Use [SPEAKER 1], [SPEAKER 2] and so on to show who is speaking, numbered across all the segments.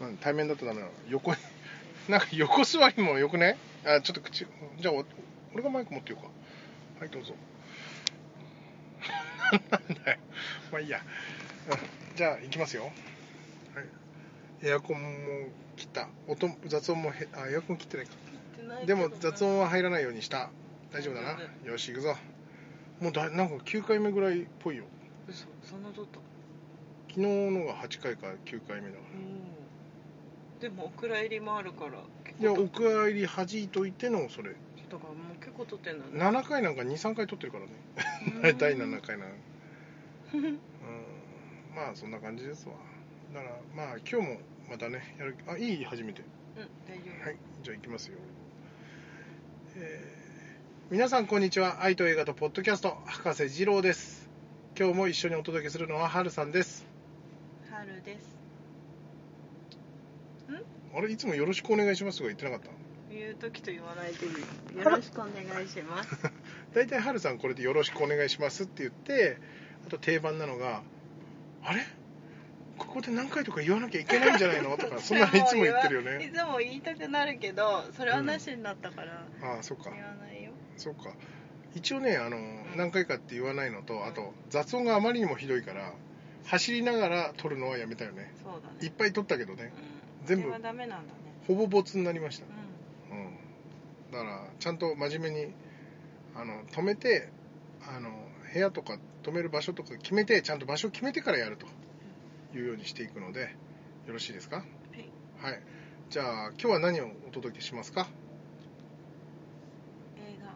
[SPEAKER 1] うん対面だとダメなの横に なんか横座りもよくねあちょっと口じゃあお俺がマイク持ってようかはいどうぞ なんだよまあいいや、うん、じゃあ行きますよ、はい、エアコンも切った音雑音もへあエアコン切ってないかでも雑音は入らないようにした大丈夫だなよし行くぞもうだなんか9回目ぐらいっぽいよ
[SPEAKER 2] 嘘そんなとった
[SPEAKER 1] 昨日のが8回か9回目だか
[SPEAKER 2] うんでもお蔵入りもあるから結
[SPEAKER 1] らいや
[SPEAKER 2] 構
[SPEAKER 1] 奥入り弾いといてのそれ
[SPEAKER 2] だからもう結構取ってんだね
[SPEAKER 1] 7回なんか23回撮ってるからね
[SPEAKER 2] うん
[SPEAKER 1] 大体7回なのうんまあそんな感じですわだからまあ今日もまたねやるあいい初めて
[SPEAKER 2] うん大丈夫
[SPEAKER 1] はいじゃあ行きますよえー皆さんこんにちは愛と映画とポッドキャスト博士二郎です今日も一緒にお届けするのは春さんです
[SPEAKER 2] 春です
[SPEAKER 1] あれいつもよろしくお願いしますとか言ってなかった
[SPEAKER 2] 言う時と言わない時によろしくお願いします
[SPEAKER 1] 大体春さんこれでよろしくお願いしますって言ってあと定番なのがあれここで何回とか言わなきゃいけないんじゃないの と かそんなのいつも言ってるよ
[SPEAKER 2] い
[SPEAKER 1] ね
[SPEAKER 2] つも言いたくなるけどそれはなしになったから
[SPEAKER 1] ああそっか
[SPEAKER 2] 言わないよ
[SPEAKER 1] そっか一応ねあの何回かって言わないのとあと雑音があまりにもひどいから走りながら撮るのはやめたよね
[SPEAKER 2] そうだ
[SPEAKER 1] いっ
[SPEAKER 2] ね
[SPEAKER 1] ぱい撮ったけどね
[SPEAKER 2] うん
[SPEAKER 1] 全部
[SPEAKER 2] それはダメなんだね
[SPEAKER 1] ほぼ没になりました
[SPEAKER 2] う
[SPEAKER 1] うんだからちゃんと真面目にあの止めてあの部屋とか止める場所とか決めてちゃんと場所を決めてからやるというようにしていくのでよろしいですかはい、じゃあ今日は何をお届けしますか
[SPEAKER 2] ん映画の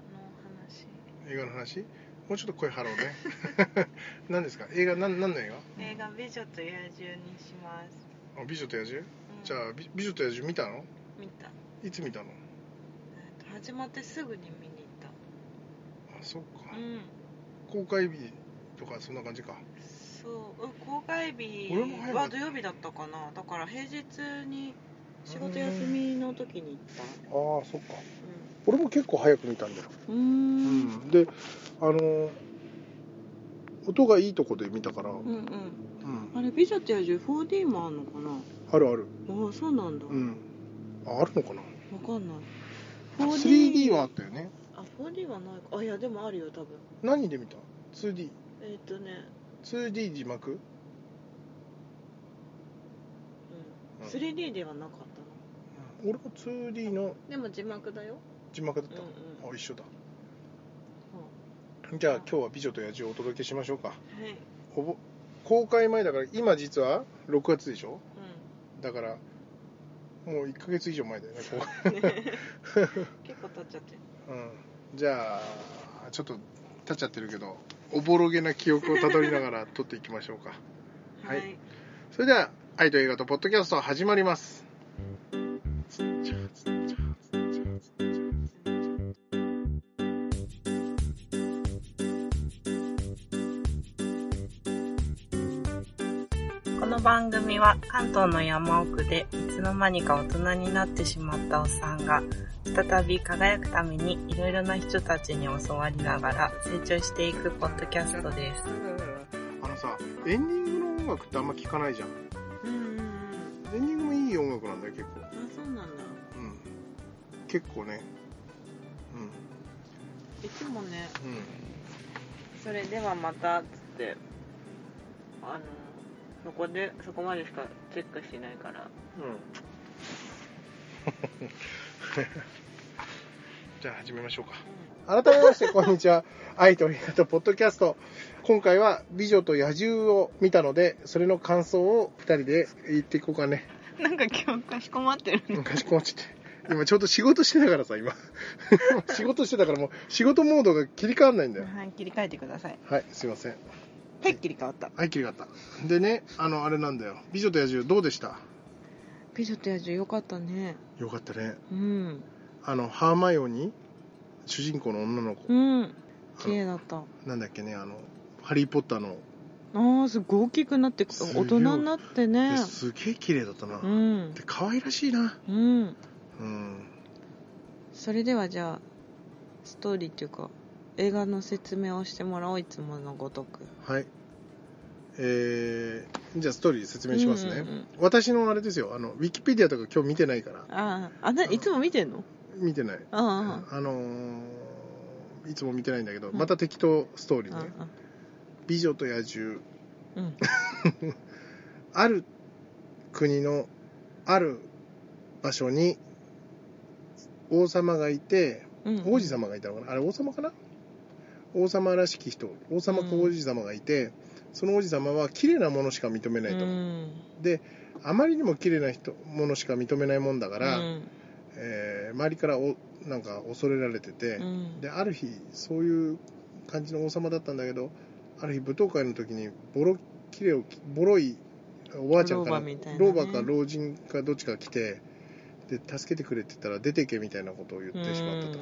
[SPEAKER 2] 話
[SPEAKER 1] 映画の話もうちょっと声張ろうね何ですか映画なん何の映
[SPEAKER 2] 映画「美女と野獣」にします、
[SPEAKER 1] 画あ美女と野
[SPEAKER 2] う
[SPEAKER 1] 獣
[SPEAKER 2] ん
[SPEAKER 1] じゃあ美美女と野獣見たの
[SPEAKER 2] 見た
[SPEAKER 1] いつ見たの
[SPEAKER 2] えっと始まってすぐに見に行っ
[SPEAKER 1] あそっか
[SPEAKER 2] たうん
[SPEAKER 1] 公開日とかそんな感じか
[SPEAKER 2] そううん公開日
[SPEAKER 1] 俺も早かっ
[SPEAKER 2] は
[SPEAKER 1] た
[SPEAKER 2] 土曜日だったかなだから平日に仕事休みの時に行った
[SPEAKER 1] ああそっか俺も結構早く見たんだよ
[SPEAKER 2] うんうん
[SPEAKER 1] うん、であのー音がいいとこで見たから、う
[SPEAKER 2] うんんうんあれ「美女と野獣」4D もあんのかな
[SPEAKER 1] あるある、
[SPEAKER 2] ああそうなんだ、
[SPEAKER 1] う
[SPEAKER 2] わ
[SPEAKER 1] ん、ああるのかな
[SPEAKER 2] かんない
[SPEAKER 1] 3D はあったよね
[SPEAKER 2] あ 4D はないかあいやでもあるよ多分
[SPEAKER 1] 何で見た 2D2D
[SPEAKER 2] えっ、とね、
[SPEAKER 1] 字幕
[SPEAKER 2] う、
[SPEAKER 1] うんん
[SPEAKER 2] 3D ではなかったな
[SPEAKER 1] 俺も 2D の
[SPEAKER 2] でも字幕だよ。
[SPEAKER 1] 字幕だっ
[SPEAKER 2] うん
[SPEAKER 1] た、
[SPEAKER 2] うん。
[SPEAKER 1] あ一緒だ
[SPEAKER 2] は
[SPEAKER 1] じゃあ今日は「美女と野獣」をお届けしましょうか
[SPEAKER 2] い。
[SPEAKER 1] ほぼ公開前だから今実は6月でしょだからもう1ヶ月以上前だよね公開
[SPEAKER 2] うん。ね結構経っちゃってる。
[SPEAKER 1] うんじゃあちょっと立っちゃってるけどおぼろげな記憶をたどりながら撮っていきましょうか はいそれでは「愛と映画とポッドキャスト」始まります
[SPEAKER 2] この番組は関東の山奥でいつの間にか大人になってしまったおっさんが再び輝くためにいろいろな人たちに教わりながら成長していくポッドキャストです。
[SPEAKER 1] あのさエンディングの音楽ってあんま聞かないじゃん
[SPEAKER 2] うんうんうん。
[SPEAKER 1] エンディングもいい音楽なんだよ結構
[SPEAKER 2] あ、そうなんだ。
[SPEAKER 1] うん結構ね
[SPEAKER 2] いつもね、
[SPEAKER 1] うんうん
[SPEAKER 2] それではまたっつってあのそこでそこまでしかチェックしないから
[SPEAKER 1] うん じゃあ始めましょうか改めましてこんにちは愛と映画とポッドキャスト今回は「美女と野獣」を見たのでそれの感想を2人で言っていこうかね
[SPEAKER 2] なんか今日かしこまってる
[SPEAKER 1] うんかしこまっちゃって今ちょうど仕事してたからさ今 仕事してたからもう仕事モードが切り替わんないんだよ
[SPEAKER 2] はい切り替えてください
[SPEAKER 1] はいすいません
[SPEAKER 2] はい切り替わった
[SPEAKER 1] はい切り替わったでねあのあれなんだよ「美女と野獣」どうでした
[SPEAKER 2] 「美女と野獣」よかったね
[SPEAKER 1] よかったね
[SPEAKER 2] うん
[SPEAKER 1] あのハーマイオニー主人公の女の子
[SPEAKER 2] うん綺麗だったあ
[SPEAKER 1] なんだっけねあの「ハリー・ポッターの」
[SPEAKER 2] ーすごい大きくなってく
[SPEAKER 1] す
[SPEAKER 2] 大
[SPEAKER 1] ごい
[SPEAKER 2] 人になってね
[SPEAKER 1] ですげえ綺麗だったな、
[SPEAKER 2] うん
[SPEAKER 1] で可愛らしいな
[SPEAKER 2] うん
[SPEAKER 1] うん
[SPEAKER 2] それではじゃあストーリーっていうか映画の説明をしてもらおういつものごとく
[SPEAKER 1] はいえーじゃあストーリー説明しますね、
[SPEAKER 2] うんうんうん
[SPEAKER 1] 私のあれですよあのウィキペディアとか今日見てないから
[SPEAKER 2] あああないつも見てんの
[SPEAKER 1] 見てない、
[SPEAKER 2] あ
[SPEAKER 1] あのーいつも見てないんだけど
[SPEAKER 2] うん
[SPEAKER 1] また適当ストーリ
[SPEAKER 2] あ
[SPEAKER 1] ー
[SPEAKER 2] あ
[SPEAKER 1] ね「美女と野獣
[SPEAKER 2] あうん」
[SPEAKER 1] ある国のある場所に王様がいて
[SPEAKER 2] うん
[SPEAKER 1] 王子様がいたのかなあれ王様かな王様らしき人王様か王子様がいて、その王子様は綺麗なものしか認めないと、
[SPEAKER 2] うん
[SPEAKER 1] であまりにも綺麗な人ものしか認めないもんだから、
[SPEAKER 2] うん
[SPEAKER 1] えー周りからおなんか恐れられてて、
[SPEAKER 2] うん
[SPEAKER 1] である日そういう感じの王様だったんだけどある日舞踏会の時にボロ綺麗をボロいおばあちゃんか
[SPEAKER 2] 老婆
[SPEAKER 1] ら
[SPEAKER 2] みたいなね
[SPEAKER 1] 老婆か老人かどっちか来てで助けてくれって言ったら出てけみたいなことを言ってしまったと、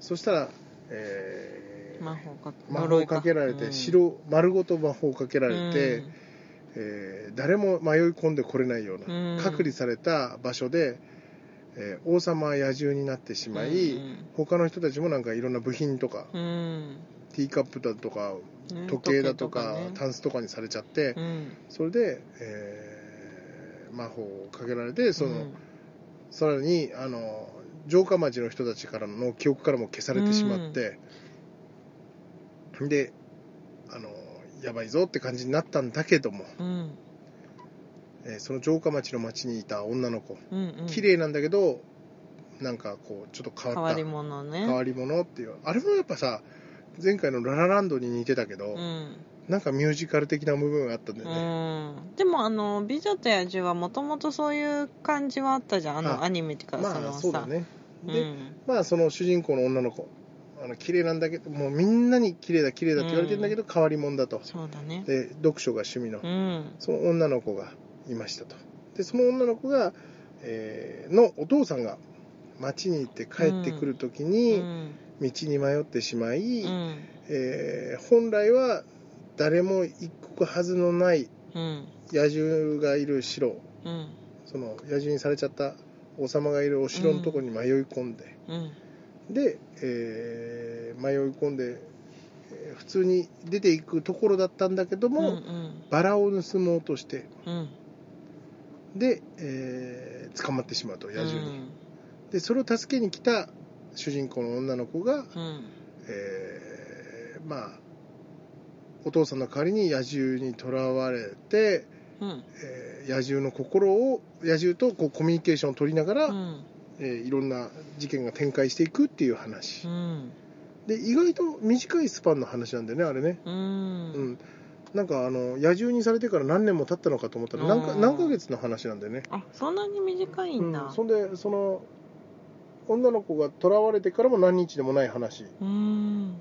[SPEAKER 1] そしたら、え
[SPEAKER 2] うん
[SPEAKER 1] ー
[SPEAKER 2] 魔法か
[SPEAKER 1] 魔法をかけられて、
[SPEAKER 2] を
[SPEAKER 1] 城丸ごと魔法をかけら
[SPEAKER 2] ら
[SPEAKER 1] れて、えー誰も迷い込んでこれないような、
[SPEAKER 2] うん
[SPEAKER 1] 隔離された場所で、えー王様は野獣になってしまい、他の人たちもなんかいろんな部品とか、ティーカップだとか時計だとかタンスとかにされちゃって、それで、えー魔法をかけられてその、さらにあの城下町の人たちからの記憶からも消されてしまって、であのやばいぞって感じになったんだけども、えーその城下町の町にいた女の子綺麗なんだけどなんかこうちょっと変
[SPEAKER 2] 変
[SPEAKER 1] わ
[SPEAKER 2] わ
[SPEAKER 1] った
[SPEAKER 2] り者ね
[SPEAKER 1] 変わり者っていうあれもやっぱさ前回の「ララランド」に似てたけど、
[SPEAKER 2] うん
[SPEAKER 1] なんかミュージカル的な部分があったんだよね、
[SPEAKER 2] うんでもあの「美女と野獣」はもともとそういう感じはあったじゃんあの
[SPEAKER 1] あ
[SPEAKER 2] アニメっていうか
[SPEAKER 1] まあ
[SPEAKER 2] の
[SPEAKER 1] そうだね
[SPEAKER 2] う
[SPEAKER 1] で、
[SPEAKER 2] ん
[SPEAKER 1] まあその主人公の女の子あの綺麗なんだけどもうみんなに綺麗だ綺麗だって言われてんだけど、変わり者だと
[SPEAKER 2] そうだね
[SPEAKER 1] で読書が趣味の、
[SPEAKER 2] うん
[SPEAKER 1] その女の子がいましたとでその女の子が、えーのお父さんが町に行って帰ってくる時
[SPEAKER 2] う
[SPEAKER 1] に、
[SPEAKER 2] ん
[SPEAKER 1] 道に迷ってしまい、
[SPEAKER 2] うん
[SPEAKER 1] えー本来は誰も行くはずのない
[SPEAKER 2] うん
[SPEAKER 1] 野獣がいる城
[SPEAKER 2] うん
[SPEAKER 1] その野獣にされちゃった王様がいるお城のところに迷い込んで、
[SPEAKER 2] うん
[SPEAKER 1] で、えー迷い込んで、えー普通に出ていくところだったんだけど
[SPEAKER 2] うん
[SPEAKER 1] も、
[SPEAKER 2] うん
[SPEAKER 1] バラを盗もうとして
[SPEAKER 2] うん
[SPEAKER 1] で、えー捕まってしまうと野獣に、
[SPEAKER 2] うん
[SPEAKER 1] でそれを助けに来た主人公の女の子
[SPEAKER 2] う
[SPEAKER 1] が、
[SPEAKER 2] ん
[SPEAKER 1] えーまあお父さんの代わりに野獣にとらわれて、
[SPEAKER 2] うん
[SPEAKER 1] えー野獣の心を野獣とこうコミュニケーションを取りながら、
[SPEAKER 2] うん
[SPEAKER 1] えーいろんな事件が展開していくっていう話、
[SPEAKER 2] うん
[SPEAKER 1] で意外と短いスパンの話なんだよねあれね
[SPEAKER 2] うん
[SPEAKER 1] うん、なんかあの野獣にされてから何年も経ったのかと思ったら何か
[SPEAKER 2] うん
[SPEAKER 1] 何ヶ月の話なんだよね、
[SPEAKER 2] あそんなに短いん
[SPEAKER 1] うん
[SPEAKER 2] だ
[SPEAKER 1] そんでその女の子が囚われてからも何日でもない話、
[SPEAKER 2] うん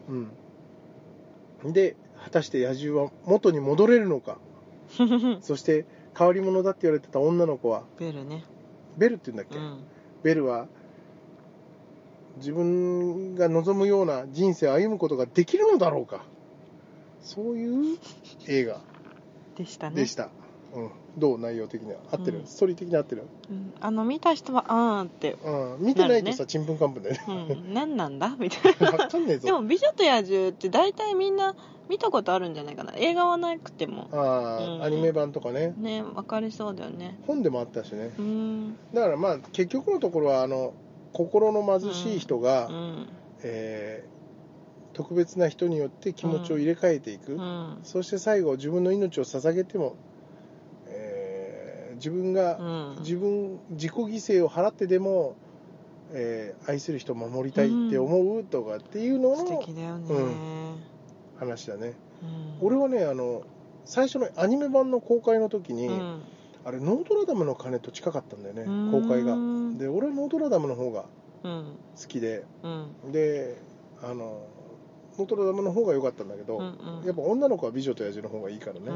[SPEAKER 1] うん、で果たして野獣は元に戻れるのか そして変わり者だって言われてた女の子は
[SPEAKER 2] ベルね
[SPEAKER 1] ベルって言うんだっけ、
[SPEAKER 2] うん
[SPEAKER 1] ベルは自分が望むような人生を歩むことができるのだろうかそういう映画
[SPEAKER 2] でしたね
[SPEAKER 1] でした、うん、どう内容的には合ってる、
[SPEAKER 2] うん
[SPEAKER 1] ストーリー的に合ってる、
[SPEAKER 2] うんあの見た人はあーって
[SPEAKER 1] うん、見てないと
[SPEAKER 2] なる
[SPEAKER 1] さ
[SPEAKER 2] ね
[SPEAKER 1] ちんぷんかんぷんだよね
[SPEAKER 2] うん何なんだみたいな
[SPEAKER 1] わかんね
[SPEAKER 2] で
[SPEAKER 1] えぞ
[SPEAKER 2] も「美女と野獣」って大体みんな見たことあるんじゃないかな映画はなくても
[SPEAKER 1] ああ、
[SPEAKER 2] うん
[SPEAKER 1] アニメ版とかね
[SPEAKER 2] ね分かりそうだよね
[SPEAKER 1] 本でもあったしね
[SPEAKER 2] うーん
[SPEAKER 1] だからまあ結局のところはあの心の貧しい人が、
[SPEAKER 2] うん
[SPEAKER 1] えー特別な人によって気持ちを入れ替えてい
[SPEAKER 2] う
[SPEAKER 1] く、
[SPEAKER 2] ん
[SPEAKER 1] そして最後自分の命を捧げても、えー自分が、
[SPEAKER 2] うん
[SPEAKER 1] 自分自己犠牲を払ってでも、えー愛する人を守りたいって思うとかっていうの
[SPEAKER 2] 素
[SPEAKER 1] の
[SPEAKER 2] 敵だよね、
[SPEAKER 1] う
[SPEAKER 2] うんん
[SPEAKER 1] 話だね、俺はねあの最初のアニメ版の公開の時に、
[SPEAKER 2] うん
[SPEAKER 1] あれノートラダムの鐘と近かったんだよね
[SPEAKER 2] うーん
[SPEAKER 1] 公開がで俺はノートラダムの方が
[SPEAKER 2] うん
[SPEAKER 1] 好きで
[SPEAKER 2] うん
[SPEAKER 1] であのノートラダムの方が良かったんだけど、
[SPEAKER 2] うんうん
[SPEAKER 1] やっぱ女の子は美女と野獣の方がいいからね、
[SPEAKER 2] うー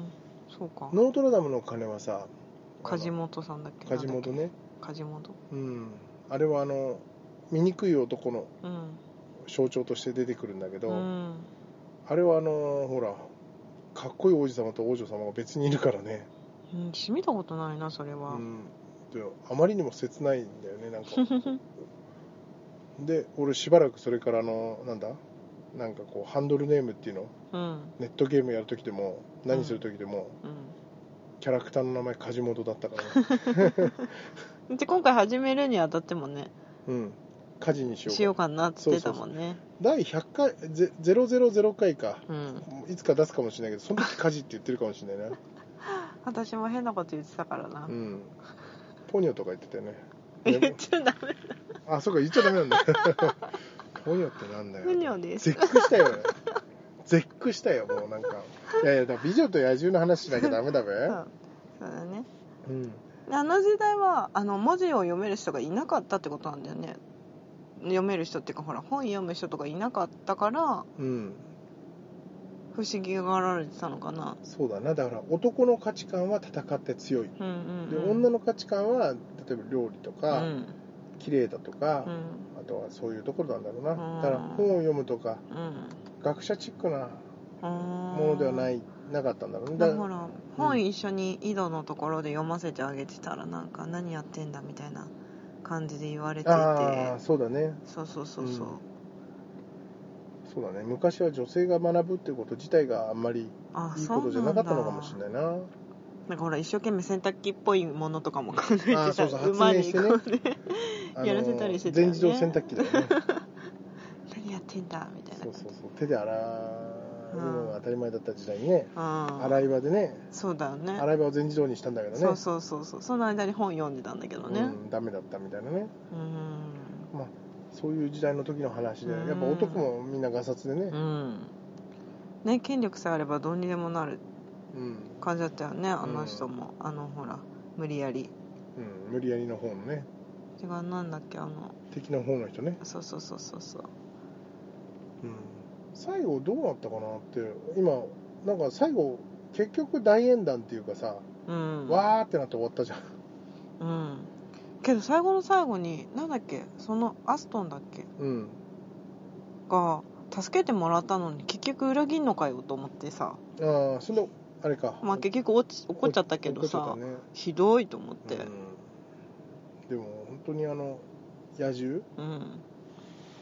[SPEAKER 2] んそうか
[SPEAKER 1] ノートラダムの鐘はさ
[SPEAKER 2] 梶本さんだっけ
[SPEAKER 1] 梶本ね
[SPEAKER 2] 梶本
[SPEAKER 1] うんあれはあの醜い男の
[SPEAKER 2] うん
[SPEAKER 1] 象徴として出てくるんだけど、
[SPEAKER 2] うん
[SPEAKER 1] あれはあのほらかっこいい王子様と王女様が別にいるからね、
[SPEAKER 2] うん私見たことないなそれ
[SPEAKER 1] う
[SPEAKER 2] は、
[SPEAKER 1] ん、であまりにも切ない んだよねなんかで俺しばらくそれからあのなんだなんかこうハンドルネームっていうの
[SPEAKER 2] うん
[SPEAKER 1] ネットゲームやるときでも何するときでも、
[SPEAKER 2] う
[SPEAKER 1] キャラクターの名前梶本だった から、
[SPEAKER 2] んで今回始めるにあたってもね
[SPEAKER 1] うん家事にしよう
[SPEAKER 2] しようかなって言ってたもんね
[SPEAKER 1] 第100回ゼ000回か
[SPEAKER 2] うん
[SPEAKER 1] いつか出すかもしれないけどその時家事って言ってるかもしれないな
[SPEAKER 2] 私も変なこと言ってたからな
[SPEAKER 1] うんポニョとか言ってたよね
[SPEAKER 2] 言
[SPEAKER 1] で
[SPEAKER 2] っ
[SPEAKER 1] も
[SPEAKER 2] ちゃダメ
[SPEAKER 1] あそうか言っちゃダメなんだ ポニョってなんだよ
[SPEAKER 2] ふにょです
[SPEAKER 1] 絶句したよ絶句したよもうなんかいやいやだから美女と野獣の話しなきゃダメだべ
[SPEAKER 2] うんそうだね
[SPEAKER 1] うん
[SPEAKER 2] あの時代はあの文字を読める人がいなかったってことなんだよね読める人っていうかほら本読む人とかいなかったから
[SPEAKER 1] うん
[SPEAKER 2] 不思議がられてたのかな
[SPEAKER 1] そうだなだから男の価値観は戦って強い
[SPEAKER 2] うんうん、うん、
[SPEAKER 1] で女の価値観は例えば料理と
[SPEAKER 2] う
[SPEAKER 1] か、
[SPEAKER 2] ん
[SPEAKER 1] 綺麗だとか、
[SPEAKER 2] うん
[SPEAKER 1] あとはそういうところなんだろうな、
[SPEAKER 2] うん
[SPEAKER 1] だから本を読むとか
[SPEAKER 2] うん
[SPEAKER 1] 学者チックなも
[SPEAKER 2] も
[SPEAKER 1] のではいない、なかったんだろうねだ
[SPEAKER 2] だ
[SPEAKER 1] か
[SPEAKER 2] からら本一緒に井戸のところで読ませてあげてたらなんか何やってんだみたいな感じで言われていて
[SPEAKER 1] ああそうだね
[SPEAKER 2] そうそうそうそう、
[SPEAKER 1] うんそうだね昔は女性が学ぶっていうこと自体があんまり
[SPEAKER 2] あ
[SPEAKER 1] いいことじゃなかったのかもしれ
[SPEAKER 2] い
[SPEAKER 1] ない
[SPEAKER 2] な
[SPEAKER 1] な
[SPEAKER 2] んかほら一生懸命洗濯機っぽいものとかも考えて
[SPEAKER 1] あーそ
[SPEAKER 2] た
[SPEAKER 1] うそう
[SPEAKER 2] 馬にこ
[SPEAKER 1] 発
[SPEAKER 2] うね
[SPEAKER 1] あの
[SPEAKER 2] やらせたりしてたよ
[SPEAKER 1] 全
[SPEAKER 2] ね
[SPEAKER 1] 自動洗濯機だよ ね
[SPEAKER 2] 何やってんだみたいな
[SPEAKER 1] そうそうそう手で洗うのが当たり前だった時代にね、
[SPEAKER 2] あ
[SPEAKER 1] 洗い場でね
[SPEAKER 2] そうだよね
[SPEAKER 1] 洗い場を全自動にしたんだけどね
[SPEAKER 2] そうそうそうそうその間に本読んでたんだけどね
[SPEAKER 1] うん、ダメだったみたいなね
[SPEAKER 2] うん
[SPEAKER 1] そういう時代の時の話で
[SPEAKER 2] うん
[SPEAKER 1] やっぱ男もみんながさつでね
[SPEAKER 2] うん、ね権力さえあればどうにでもなる
[SPEAKER 1] うん、うん
[SPEAKER 2] 感じだったよねあの人も、あのほら無理やり
[SPEAKER 1] 無理やりの方のね
[SPEAKER 2] 違うなんだっけあの
[SPEAKER 1] 敵の方の人ね、
[SPEAKER 2] そうそうそうそうそう
[SPEAKER 1] うん、最後どうなったかなって今なんか最後結局大演談っていうかさ、
[SPEAKER 2] うん
[SPEAKER 1] わーってなって終わったじゃん
[SPEAKER 2] うんけど最後の最後になんだっけそのアストンだっけ
[SPEAKER 1] うん
[SPEAKER 2] が助けてもらったのに結局裏切んのかよと思ってさ
[SPEAKER 1] ああそのあれか
[SPEAKER 2] まあ結局落ち怒っちゃったけど
[SPEAKER 1] 怒
[SPEAKER 2] さ、
[SPEAKER 1] っちゃっ
[SPEAKER 2] ひどいと思って
[SPEAKER 1] たねうん、でも本当にあの野獣
[SPEAKER 2] うん、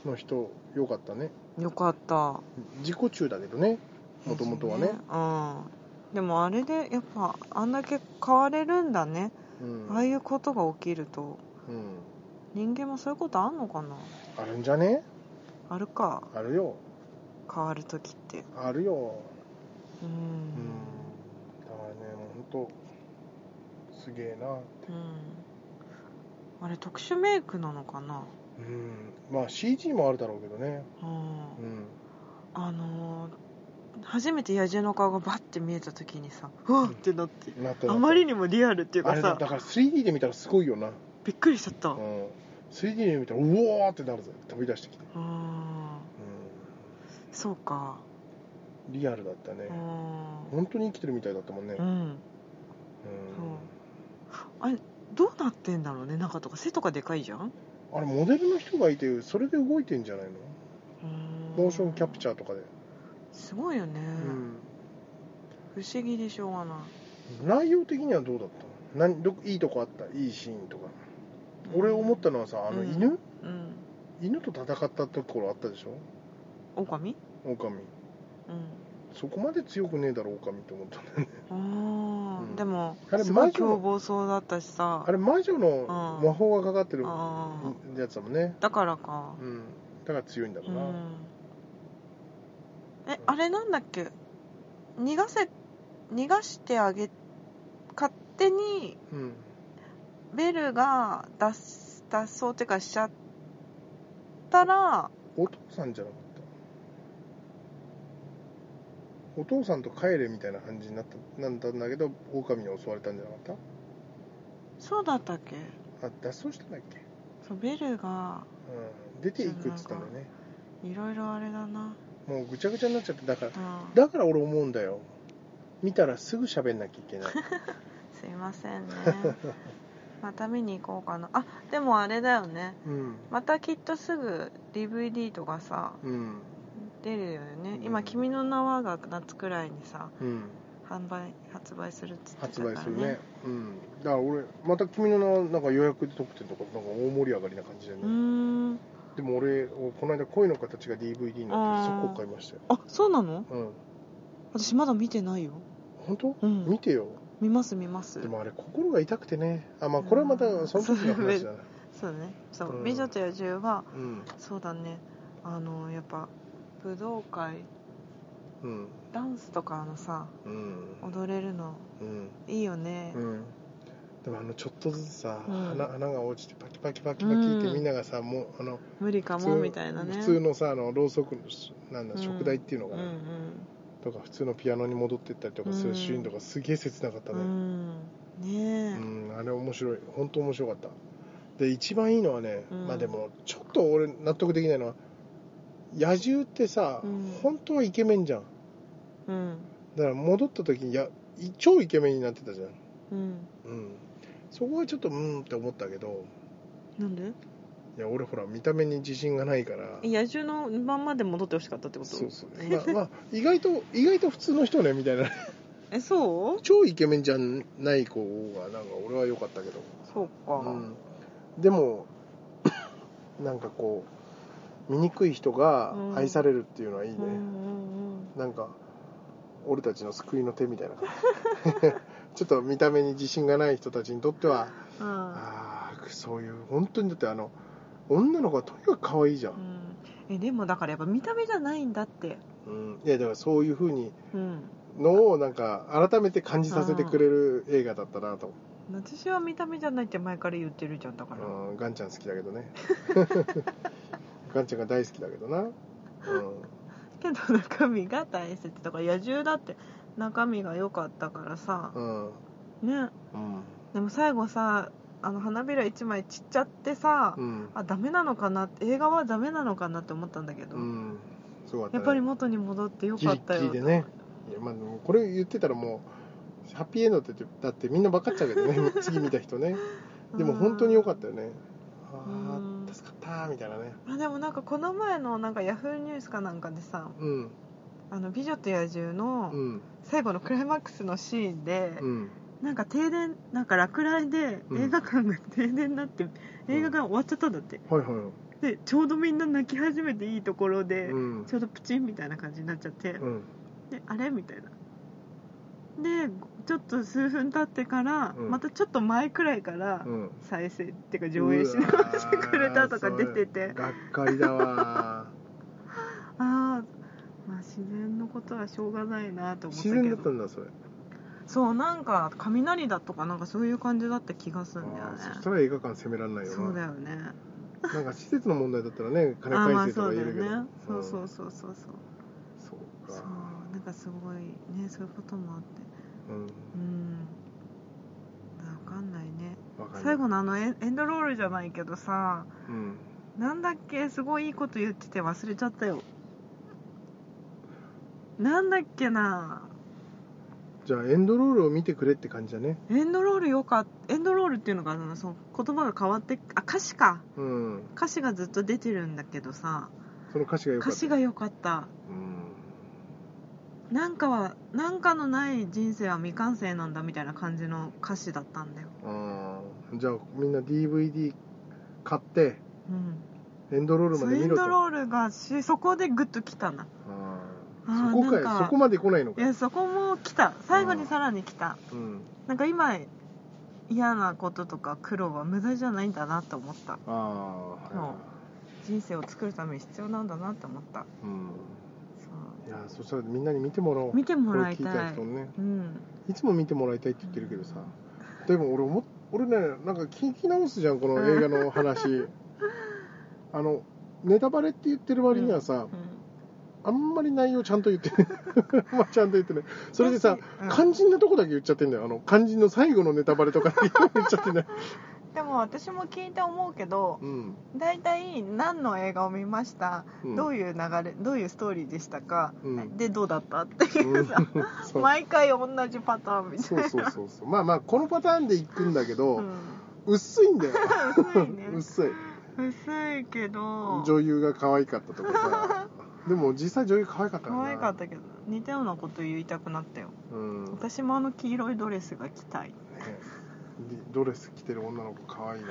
[SPEAKER 1] の人よかったね
[SPEAKER 2] よかった
[SPEAKER 1] 自己中だけどねもともとはね
[SPEAKER 2] うんでもあれでやっぱあんだけ変われるんだね、
[SPEAKER 1] うん
[SPEAKER 2] ああいうことが起きると
[SPEAKER 1] うん、
[SPEAKER 2] 人間もそういうことあんのかな
[SPEAKER 1] あるんじゃね
[SPEAKER 2] あるか
[SPEAKER 1] あるよ
[SPEAKER 2] 変わる時って
[SPEAKER 1] あるよ
[SPEAKER 2] う
[SPEAKER 1] うん
[SPEAKER 2] ん、
[SPEAKER 1] だからねもう本当すげえな
[SPEAKER 2] あれ特殊メイクなのかな、
[SPEAKER 1] うんまあ CG もあるだろうけどね
[SPEAKER 2] うん
[SPEAKER 1] うん
[SPEAKER 2] あのー初めて野獣の顔がバッて見えた時にさうわっってなって、
[SPEAKER 1] なったなった
[SPEAKER 2] あまりにもリアルっていう
[SPEAKER 1] あ
[SPEAKER 2] か
[SPEAKER 1] れだ
[SPEAKER 2] さ
[SPEAKER 1] だから 3D で見たらすごいよな、
[SPEAKER 2] びっくりしちゃった、
[SPEAKER 1] う
[SPEAKER 2] うん
[SPEAKER 1] ん、3D で見たらうおーってなるぜ飛び出してきて、
[SPEAKER 2] そうか
[SPEAKER 1] うん、リアルだった
[SPEAKER 2] う、
[SPEAKER 1] ね
[SPEAKER 2] ん、
[SPEAKER 1] 本当に生きてるみたいだったもんね、う
[SPEAKER 2] うんん、どうなってんだろうね中とか背とかでかいじゃん
[SPEAKER 1] あれモデルの人がいてそれで動いてんじゃないのモーションキャプチ
[SPEAKER 2] ャー
[SPEAKER 1] ャーとかで、
[SPEAKER 2] すごいよね、不思議でしょうがない
[SPEAKER 1] うん、内容的にはどうだったの何どいいとこあったいいシーンとか俺思ったのはさあの
[SPEAKER 2] うん
[SPEAKER 1] 犬、
[SPEAKER 2] うん
[SPEAKER 1] 犬と戦ったところあったでしょ
[SPEAKER 2] 狼
[SPEAKER 1] オオカミ
[SPEAKER 2] うん
[SPEAKER 1] そこまで強くねえだろオオカミと思ったんだよね
[SPEAKER 2] あ
[SPEAKER 1] うん
[SPEAKER 2] ーでも
[SPEAKER 1] あれ
[SPEAKER 2] すご
[SPEAKER 1] 魔
[SPEAKER 2] い
[SPEAKER 1] 女の
[SPEAKER 2] 凶暴そうだったしさ
[SPEAKER 1] あれ魔女の魔法がかかってる
[SPEAKER 2] あー
[SPEAKER 1] やつだもんね
[SPEAKER 2] だからか
[SPEAKER 1] うんだから強いんだろ
[SPEAKER 2] う
[SPEAKER 1] うんな、
[SPEAKER 2] えあれなんだっけ逃がせ逃がしてあげ勝手に
[SPEAKER 1] うん
[SPEAKER 2] ベルが脱す脱走ってかしちゃったら
[SPEAKER 1] お父さんじゃなかったお父さんと帰れみたいな感じになったなんだんだけどオオカミに襲われたんじゃなかっ
[SPEAKER 2] そうだったっけ
[SPEAKER 1] たあ脱走したんだっけ、
[SPEAKER 2] そうベルが
[SPEAKER 1] うん、出ていくっつったのね
[SPEAKER 2] いろいろあれだな
[SPEAKER 1] もうぐちゃぐちゃになっちゃってだか
[SPEAKER 2] う
[SPEAKER 1] ら
[SPEAKER 2] ん
[SPEAKER 1] だから俺思うんだよ見たらすぐ喋んなきゃいけ ない
[SPEAKER 2] すいません ねまた見に行こうかなあでもあれだよね
[SPEAKER 1] うん
[SPEAKER 2] またきっとすぐ DVD とかさ
[SPEAKER 1] うん
[SPEAKER 2] 出るよね
[SPEAKER 1] うん
[SPEAKER 2] 今「君の名は」が夏くらいにさ
[SPEAKER 1] うん
[SPEAKER 2] 販売発売するっつって
[SPEAKER 1] 発
[SPEAKER 2] たから、ね、
[SPEAKER 1] 売するねうんだから俺また君の名はなんか予約特典とかなんか大盛り上がりな感じでね、
[SPEAKER 2] うーん
[SPEAKER 1] ででも俺この間恋の形が DVD になって
[SPEAKER 2] あー
[SPEAKER 1] そこ買いましたよ
[SPEAKER 2] あそうなの
[SPEAKER 1] うん
[SPEAKER 2] 私まだ見てないよ
[SPEAKER 1] 本当、
[SPEAKER 2] うん
[SPEAKER 1] 見てよ
[SPEAKER 2] 見ます見ます
[SPEAKER 1] でもあれ心が痛くてねあまあこれはまたその時の話だな
[SPEAKER 2] そうだねそう、
[SPEAKER 1] うん
[SPEAKER 2] 美女と野獣は
[SPEAKER 1] うん
[SPEAKER 2] そうだねあのやっぱ武道会
[SPEAKER 1] うん
[SPEAKER 2] ダンスとかあのさ
[SPEAKER 1] うん
[SPEAKER 2] 踊れるの
[SPEAKER 1] うん
[SPEAKER 2] いいよね、
[SPEAKER 1] うんでもあのちょっとずつさ、
[SPEAKER 2] うん
[SPEAKER 1] 花花が落ちてパキパキパキパキって
[SPEAKER 2] うん
[SPEAKER 1] みんながさもうあの
[SPEAKER 2] 無理か
[SPEAKER 1] 普
[SPEAKER 2] も
[SPEAKER 1] 通
[SPEAKER 2] みたいなね
[SPEAKER 1] 普通のさあのろうそくのなんだ
[SPEAKER 2] うん
[SPEAKER 1] 食台っていうの
[SPEAKER 2] う
[SPEAKER 1] か
[SPEAKER 2] ん
[SPEAKER 1] な、
[SPEAKER 2] うん
[SPEAKER 1] とか普通のピアノに戻ってったりとか
[SPEAKER 2] う
[SPEAKER 1] する
[SPEAKER 2] ん
[SPEAKER 1] シーンとかすげえ切なかった
[SPEAKER 2] う
[SPEAKER 1] ね
[SPEAKER 2] ん
[SPEAKER 1] う
[SPEAKER 2] ねえ
[SPEAKER 1] ん、あれ面白い本当面白かったで一番いいのはね、
[SPEAKER 2] うん
[SPEAKER 1] まあでもちょっと俺納得できないのは野獣ってさ、
[SPEAKER 2] うん
[SPEAKER 1] 本当はイケメンじゃん
[SPEAKER 2] うん
[SPEAKER 1] だから戻った時にやい超イケメンになってたじゃん、
[SPEAKER 2] うん
[SPEAKER 1] うん、そこはちょっとうんって思ったけど
[SPEAKER 2] なんで
[SPEAKER 1] いや俺ほら見た目に自信がないから
[SPEAKER 2] 野獣のまんまで戻ってほしかったってこと
[SPEAKER 1] そうそうまあ、まあ、意外と意外と普通の人ねみたいな
[SPEAKER 2] えそう
[SPEAKER 1] 超イケメンじゃない子がなんか俺は良かったけど、
[SPEAKER 2] そうか、
[SPEAKER 1] うん、でも なんかこう醜い人が愛されるっていうのはいいね、
[SPEAKER 2] うんうん
[SPEAKER 1] なんか俺たちの救いの手みたいな感じ ちょっと見た目に自信がない人たちにとっては
[SPEAKER 2] うんあ
[SPEAKER 1] ああそういう本当にだってあの女の子はとにかく可愛いじゃ、
[SPEAKER 2] ーうんんえでもだからやっぱ見た目じゃないんだって
[SPEAKER 1] うん、いやだからそういう風に
[SPEAKER 2] うん
[SPEAKER 1] のをなんか改めて感じさせてくれる映画だったなと、
[SPEAKER 2] 私は見た目じゃないって前から言ってるじゃんだから
[SPEAKER 1] うん、ガンちゃん好きだけ どねガンちゃんが大好きだけどな、うん、
[SPEAKER 2] けど中身が大切とか野獣だって中身が良かったからさ
[SPEAKER 1] うん
[SPEAKER 2] ね
[SPEAKER 1] うん
[SPEAKER 2] でも最後さあの花びら1枚散っちゃってさ、
[SPEAKER 1] うん
[SPEAKER 2] あダメなのかなって映画はダメなのかなって思ったんだけど、
[SPEAKER 1] うんすごかった、ね、
[SPEAKER 2] やっぱり元に戻ってよ
[SPEAKER 1] ギ
[SPEAKER 2] かっ
[SPEAKER 1] リ
[SPEAKER 2] た
[SPEAKER 1] ギ
[SPEAKER 2] よ
[SPEAKER 1] リでねいや、まあ、でもこれ言ってたらもうハッピーエンドって言ってだってみんな分かっちゃうけどね次見た人ねでも本当に良かったよねあ
[SPEAKER 2] うん
[SPEAKER 1] あ助かったーみたいなね
[SPEAKER 2] あでもなんかこの前のなんかヤフーニュースかなんかでさ
[SPEAKER 1] うん
[SPEAKER 2] 「あの美女と野獣」
[SPEAKER 1] う
[SPEAKER 2] の
[SPEAKER 1] ん
[SPEAKER 2] 最後のクライマックスのシーンで、
[SPEAKER 1] うん
[SPEAKER 2] なんか停電なんか落雷で
[SPEAKER 1] うん
[SPEAKER 2] 映画館が停電になって映画が終わっちゃったんだって、
[SPEAKER 1] はいは
[SPEAKER 2] でちょうどみんな泣き始めていいところ
[SPEAKER 1] い
[SPEAKER 2] で、
[SPEAKER 1] うん
[SPEAKER 2] ちょうどプチンみたいな感じになっちゃって、
[SPEAKER 1] うん
[SPEAKER 2] であれみたいなでちょっと数分経ってから、
[SPEAKER 1] うん
[SPEAKER 2] またちょっと前くらいから
[SPEAKER 1] うん
[SPEAKER 2] 再生っていうか上映し直してくれたとか出て
[SPEAKER 1] うわ
[SPEAKER 2] て
[SPEAKER 1] ーそれがっかりだ
[SPEAKER 2] あ
[SPEAKER 1] わ
[SPEAKER 2] あまあ自然のことはしょうがないなと
[SPEAKER 1] ー
[SPEAKER 2] 思っ
[SPEAKER 1] 自
[SPEAKER 2] た
[SPEAKER 1] 然
[SPEAKER 2] け
[SPEAKER 1] だった
[SPEAKER 2] ど
[SPEAKER 1] んだそれ
[SPEAKER 2] そうなんか雷だとかなんかそういう感じだった気がするんだよ
[SPEAKER 1] あ
[SPEAKER 2] ね
[SPEAKER 1] ーそしたら映画館責められないよな
[SPEAKER 2] そうだよね
[SPEAKER 1] なんか施設の問題だったらね金
[SPEAKER 2] ああま
[SPEAKER 1] 返
[SPEAKER 2] あ
[SPEAKER 1] せと
[SPEAKER 2] そ
[SPEAKER 1] か
[SPEAKER 2] うだ
[SPEAKER 1] 言
[SPEAKER 2] よ
[SPEAKER 1] えるけど、
[SPEAKER 2] ねそうそ
[SPEAKER 1] ん
[SPEAKER 2] うそうそうそう
[SPEAKER 1] そう
[SPEAKER 2] そう
[SPEAKER 1] か
[SPEAKER 2] なんかすごいねそういうこともあって
[SPEAKER 1] うん
[SPEAKER 2] うん分かんないね
[SPEAKER 1] わかんない
[SPEAKER 2] 最後のあのエンエンドロールじゃないけどさ
[SPEAKER 1] うん
[SPEAKER 2] なんだっけすごいいいこと言ってて忘れちゃったよなんだっけな
[SPEAKER 1] じゃあエンドロールを見てくれって感じだね
[SPEAKER 2] エンドロールよかっエンドロールっていうのがなその言葉が変わってあ歌詞か
[SPEAKER 1] うん
[SPEAKER 2] 歌詞がずっと出てるんだけどさ
[SPEAKER 1] その歌詞が良
[SPEAKER 2] 歌
[SPEAKER 1] かった
[SPEAKER 2] 詞が良かった
[SPEAKER 1] うん
[SPEAKER 2] なんかはなんかのない人生は未完成なんだみたいな感じの歌詞だったんだよ
[SPEAKER 1] あーじゃあみんな DVD 買って
[SPEAKER 2] うん
[SPEAKER 1] エンドロールま
[SPEAKER 2] そう
[SPEAKER 1] で
[SPEAKER 2] エ
[SPEAKER 1] 見
[SPEAKER 2] ン
[SPEAKER 1] ろと
[SPEAKER 2] ドロールがしそこでグッときたな
[SPEAKER 1] あ
[SPEAKER 2] あ
[SPEAKER 1] ー
[SPEAKER 2] ー
[SPEAKER 1] そこ
[SPEAKER 2] なん
[SPEAKER 1] か
[SPEAKER 2] か
[SPEAKER 1] いそこまで来ないの
[SPEAKER 2] い
[SPEAKER 1] かい
[SPEAKER 2] やそこも来た最後にさらに来た
[SPEAKER 1] うん
[SPEAKER 2] なんか今嫌なこととか苦労は無駄じゃないんだなと思った
[SPEAKER 1] ああはいは
[SPEAKER 2] 人生を作るために必要なんだなと思った
[SPEAKER 1] いうん
[SPEAKER 2] そう
[SPEAKER 1] いやそしたらみんなに見てもらおう
[SPEAKER 2] 見てもらい
[SPEAKER 1] これ聞い
[SPEAKER 2] た
[SPEAKER 1] た
[SPEAKER 2] い
[SPEAKER 1] 人にね
[SPEAKER 2] うん
[SPEAKER 1] いつも見てもらいたいって言ってるけどさでも俺も俺ねなんか聞き直すじゃんこの映画の 話あのネタバレって言ってる割にはさ、あんまり内容ちゃんと言って ねまあちゃんと言ってねそれでさ、
[SPEAKER 2] うん
[SPEAKER 1] 肝心なとこだけ言っちゃってんだよあの肝心の最後のネタバレとかだけ言っち ゃってんだよ
[SPEAKER 2] でも私も聞いて思うけど
[SPEAKER 1] うん、
[SPEAKER 2] 大体何の映画を見ました、
[SPEAKER 1] うん、
[SPEAKER 2] どういう流れどういうストーリーでしたか、
[SPEAKER 1] うん
[SPEAKER 2] でどうだったっていうさ、
[SPEAKER 1] そう
[SPEAKER 2] 毎回同じパターンみたい
[SPEAKER 1] そうそうそうそうまあまあこのパターンでいくんだけど、
[SPEAKER 2] な、うん、
[SPEAKER 1] 薄いんだ よ
[SPEAKER 2] 薄いね
[SPEAKER 1] 薄い
[SPEAKER 2] 薄いけど
[SPEAKER 1] 女優が可愛かったとか さでも実際女優可愛かった
[SPEAKER 2] 可愛かった
[SPEAKER 1] け
[SPEAKER 2] けど似たようなこと言いたくなったよ
[SPEAKER 1] ど、うんね、
[SPEAKER 2] 私もあの黄色いドレスが着たい
[SPEAKER 1] ドレス着てる女の子可愛いな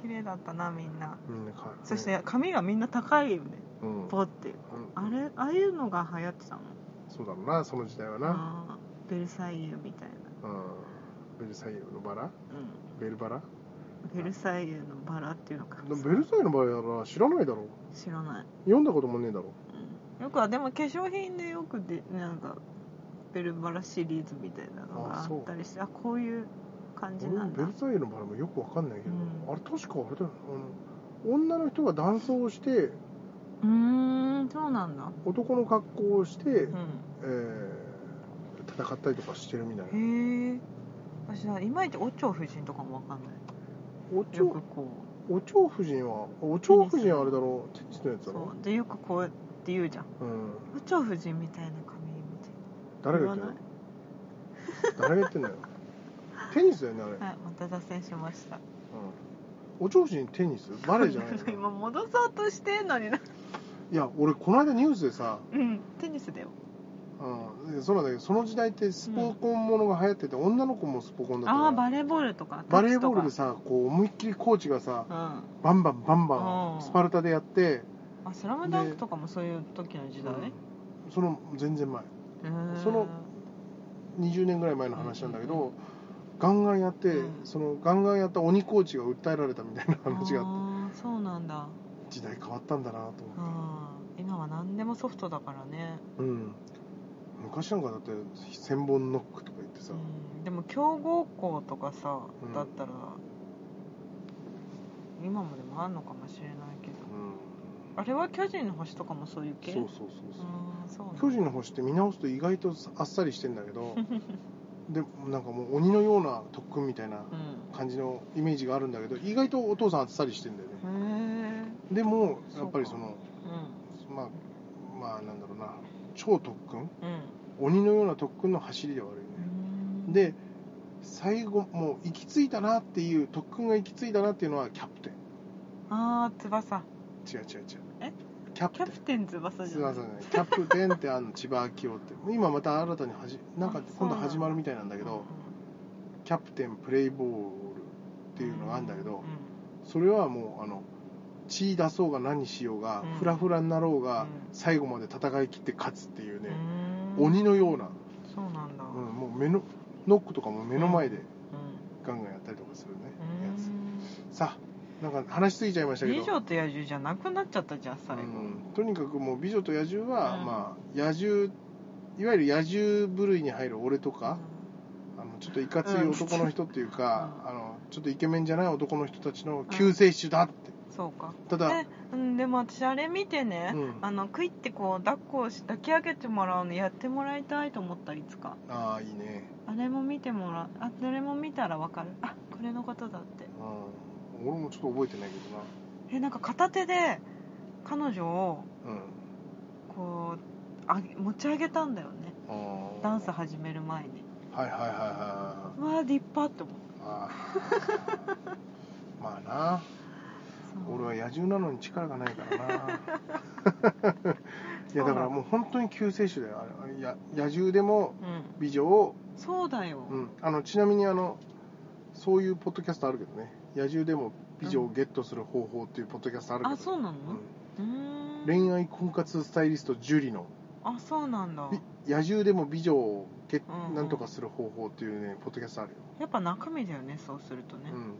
[SPEAKER 2] 綺麗だったなみんな
[SPEAKER 1] みんなか
[SPEAKER 2] そして髪がみんな高いよね
[SPEAKER 1] うん、うん
[SPEAKER 2] ポってあれああいうのが流行ってたの
[SPEAKER 1] そうだろうなその時代はな、
[SPEAKER 2] あーベルサイユみたいな、
[SPEAKER 1] うん、ベルサイユのバラ
[SPEAKER 2] う
[SPEAKER 1] ベルバラ
[SPEAKER 2] ん、ベルサイユのバラっていうのか
[SPEAKER 1] でもベルサイユのバラは知らないだろう
[SPEAKER 2] 知らない、
[SPEAKER 1] 読んだこともねえだろ
[SPEAKER 2] うん、よくはでも化粧品でよくでなんかベルバラシリーズみたいなのがあ
[SPEAKER 1] あそう
[SPEAKER 2] ったりしてあこういう感じ
[SPEAKER 1] 俺
[SPEAKER 2] な
[SPEAKER 1] も
[SPEAKER 2] ん
[SPEAKER 1] ベ
[SPEAKER 2] だ
[SPEAKER 1] ルサイユのバラもよくわかんないけど、
[SPEAKER 2] うん
[SPEAKER 1] あれ確かあれだよあの女の人が男装をして
[SPEAKER 2] うーんそうなんだ、
[SPEAKER 1] 男の格好をして、
[SPEAKER 2] う
[SPEAKER 1] えー戦ったりとかしてるみたいな。
[SPEAKER 2] ん、へえ私はいまいちお蝶夫人とかもわかんない
[SPEAKER 1] お
[SPEAKER 2] よ
[SPEAKER 1] 蝶
[SPEAKER 2] くこ
[SPEAKER 1] お蝶夫人はお蝶夫人はあれだろうテニスのやつ
[SPEAKER 2] う
[SPEAKER 1] だろ
[SPEAKER 2] そうでよくこうやって言うじゃん
[SPEAKER 1] う、ん、
[SPEAKER 2] お蝶夫人みたいな髪みたい
[SPEAKER 1] 誰が言ってんの誰が言ってんだよテニスだよねあれ、
[SPEAKER 2] なはいお待たせしました
[SPEAKER 1] うん、お蝶夫人テニスバレーじゃないの
[SPEAKER 2] 今戻そうとしてんのにない
[SPEAKER 1] や俺この間ニュースでさ、
[SPEAKER 2] うんテニスだよ
[SPEAKER 1] うん、そうなんだけどその時代ってスポコンものが流行ってて、女の子もスポコンだったか
[SPEAKER 2] あ
[SPEAKER 1] ら
[SPEAKER 2] あバレーボールとか
[SPEAKER 1] バレーボールで
[SPEAKER 2] です
[SPEAKER 1] さこう思いっきりコーチがさ
[SPEAKER 2] うんあ
[SPEAKER 1] バンバンバン
[SPEAKER 2] う
[SPEAKER 1] バ
[SPEAKER 2] ん
[SPEAKER 1] ンスパルタでやって、
[SPEAKER 2] スラムダンクとかもそういう時の時代、
[SPEAKER 1] うんその全然前
[SPEAKER 2] うーん
[SPEAKER 1] その20年ぐらい前の話なんだけど、ガンガンやって、
[SPEAKER 2] うん
[SPEAKER 1] そのガンガンやった鬼コーチが訴えられたみたいな話があっ
[SPEAKER 2] あ
[SPEAKER 1] て
[SPEAKER 2] ーそうなんだ
[SPEAKER 1] 時代変わったんだなと
[SPEAKER 2] う
[SPEAKER 1] 思って、
[SPEAKER 2] ん今は何でもソフトだからね、
[SPEAKER 1] うん、昔なんかだって千本ノックとか言ってさ、
[SPEAKER 2] うん、でも強豪校とかさ、
[SPEAKER 1] うん
[SPEAKER 2] だったら今もでもあんのかもしれないけど
[SPEAKER 1] う
[SPEAKER 2] あれは巨人の星とかもそういうん系
[SPEAKER 1] そうそうそうそう、
[SPEAKER 2] あーそうなんだ
[SPEAKER 1] 巨人の星って見直すと意外とあっさりしてんだ けどでなんかもう鬼のような特訓みたいな感じのイメージがあるんだけど意外とお父さんあっさりしてんだよね
[SPEAKER 2] うんへえ
[SPEAKER 1] でもやっぱりその
[SPEAKER 2] う
[SPEAKER 1] まあまあなんだろうな超特訓
[SPEAKER 2] ん
[SPEAKER 1] 鬼のような特訓の走りではあるよ
[SPEAKER 2] う
[SPEAKER 1] ね、
[SPEAKER 2] ん
[SPEAKER 1] で最後もう行き着いたなっていう特訓が行き着いたなっていうのはキャプテン
[SPEAKER 2] ああ翼
[SPEAKER 1] 違う違う違う
[SPEAKER 2] え
[SPEAKER 1] キャ
[SPEAKER 2] キ
[SPEAKER 1] プテ
[SPEAKER 2] ャ
[SPEAKER 1] ン
[SPEAKER 2] プテン翼じ
[SPEAKER 1] す
[SPEAKER 2] ゃ
[SPEAKER 1] い
[SPEAKER 2] な
[SPEAKER 1] ま
[SPEAKER 2] い
[SPEAKER 1] せんねキャプテンってあの千葉明 夫って今また新たにはじなんか
[SPEAKER 2] あそう
[SPEAKER 1] 今
[SPEAKER 2] な
[SPEAKER 1] 度
[SPEAKER 2] んだ
[SPEAKER 1] 始まるみたいなんだけどキャプテンプレイボールっていうのがあるんだけど、それはもうあの血出そうが何しようが、
[SPEAKER 2] うん
[SPEAKER 1] フラフラになろう
[SPEAKER 2] う
[SPEAKER 1] が、
[SPEAKER 2] ん
[SPEAKER 1] 最後まで戦い切って勝つっていう
[SPEAKER 2] う
[SPEAKER 1] ね、
[SPEAKER 2] ん
[SPEAKER 1] 鬼のような、
[SPEAKER 2] そうなんだ
[SPEAKER 1] うん
[SPEAKER 2] うん
[SPEAKER 1] もう目のノックとかも目の前でガンガンやったりとかするね、やつさあなんか話しすぎちゃいましたけど
[SPEAKER 2] 美女と野獣じゃなくなっちゃったじゃん最後
[SPEAKER 1] うんとにかくもう「美女と野獣は」
[SPEAKER 2] うん
[SPEAKER 1] まあ野獣いわゆる野獣部類に入る俺とか、あのちょっといかつい男の人っていうか、
[SPEAKER 2] うん
[SPEAKER 1] あのちょっとイケメンじゃない男の人たちの救世主だって、
[SPEAKER 2] そうか
[SPEAKER 1] ただ、
[SPEAKER 2] えうんでも私あれ見てね
[SPEAKER 1] うん
[SPEAKER 2] あのクイってこう抱っこし抱き上げてもらうのやってもらいたいと思ったいつか
[SPEAKER 1] ああいいね、
[SPEAKER 2] あれも見てもらあどれも見たらわかるあこれのことだって
[SPEAKER 1] うん、俺もちょっと覚えてないけど
[SPEAKER 2] えなんか片手で彼女を
[SPEAKER 1] な、うん、
[SPEAKER 2] こうあ持ち上げたんだよね
[SPEAKER 1] あー
[SPEAKER 2] ダンス始める前に
[SPEAKER 1] はいはいはいはいは
[SPEAKER 2] うわあ立派って思っ
[SPEAKER 1] いあ ーまあな
[SPEAKER 2] た
[SPEAKER 1] 俺は
[SPEAKER 2] は
[SPEAKER 1] 野獣なのに力がな いからないやだからもう本当に救世主だよあれあれや野獣でも
[SPEAKER 2] うん
[SPEAKER 1] 美女を、
[SPEAKER 2] そうだよ、
[SPEAKER 1] うん、あのちなみにあのそういうポッドキャストあるけどね野獣でも美女をゲットする方法っていうポッドキャストあるけど、
[SPEAKER 2] あそうなのうー
[SPEAKER 1] うん
[SPEAKER 2] ん
[SPEAKER 1] 恋愛婚活スタイリストジュリの
[SPEAKER 2] あそうなんだ
[SPEAKER 1] び野獣でも美女をゲッ、
[SPEAKER 2] うんうん
[SPEAKER 1] なんとかする方法っていうねポッドキャストあるよ、
[SPEAKER 2] やっぱ中身だよねそうするとね、
[SPEAKER 1] うん、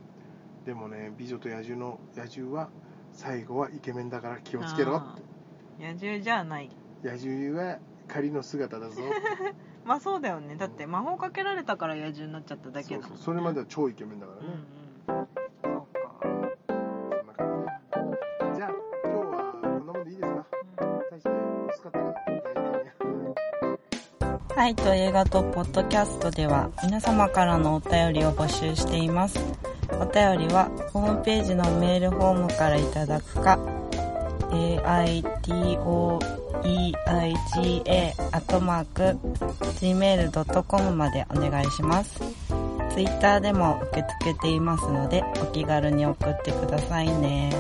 [SPEAKER 1] でもね美女と野獣の野獣は最後はイケメンだから気をつけろっ
[SPEAKER 2] あ
[SPEAKER 1] て
[SPEAKER 2] ー野獣じゃない
[SPEAKER 1] 野獣は仮の姿だぞ
[SPEAKER 2] まあそうだよねだって魔法かけられたから野獣になっちゃっただけだも
[SPEAKER 1] そうそ
[SPEAKER 2] ん
[SPEAKER 1] うそれまでは超イケメンだか
[SPEAKER 2] う
[SPEAKER 1] ら
[SPEAKER 2] んう
[SPEAKER 1] ね、
[SPEAKER 2] んそうか
[SPEAKER 1] そんな感じじゃあ今日はこんなもんでいいですか大して薄かったから大丈夫ね
[SPEAKER 3] はいと映画とポッドキャストでは皆様からのお便りを募集していますお便りはホームページのメールフォームからいただくか aitoeiga.gmail.com までお願いしますツイッターでも受け付けていますのでお気軽に送ってくださいね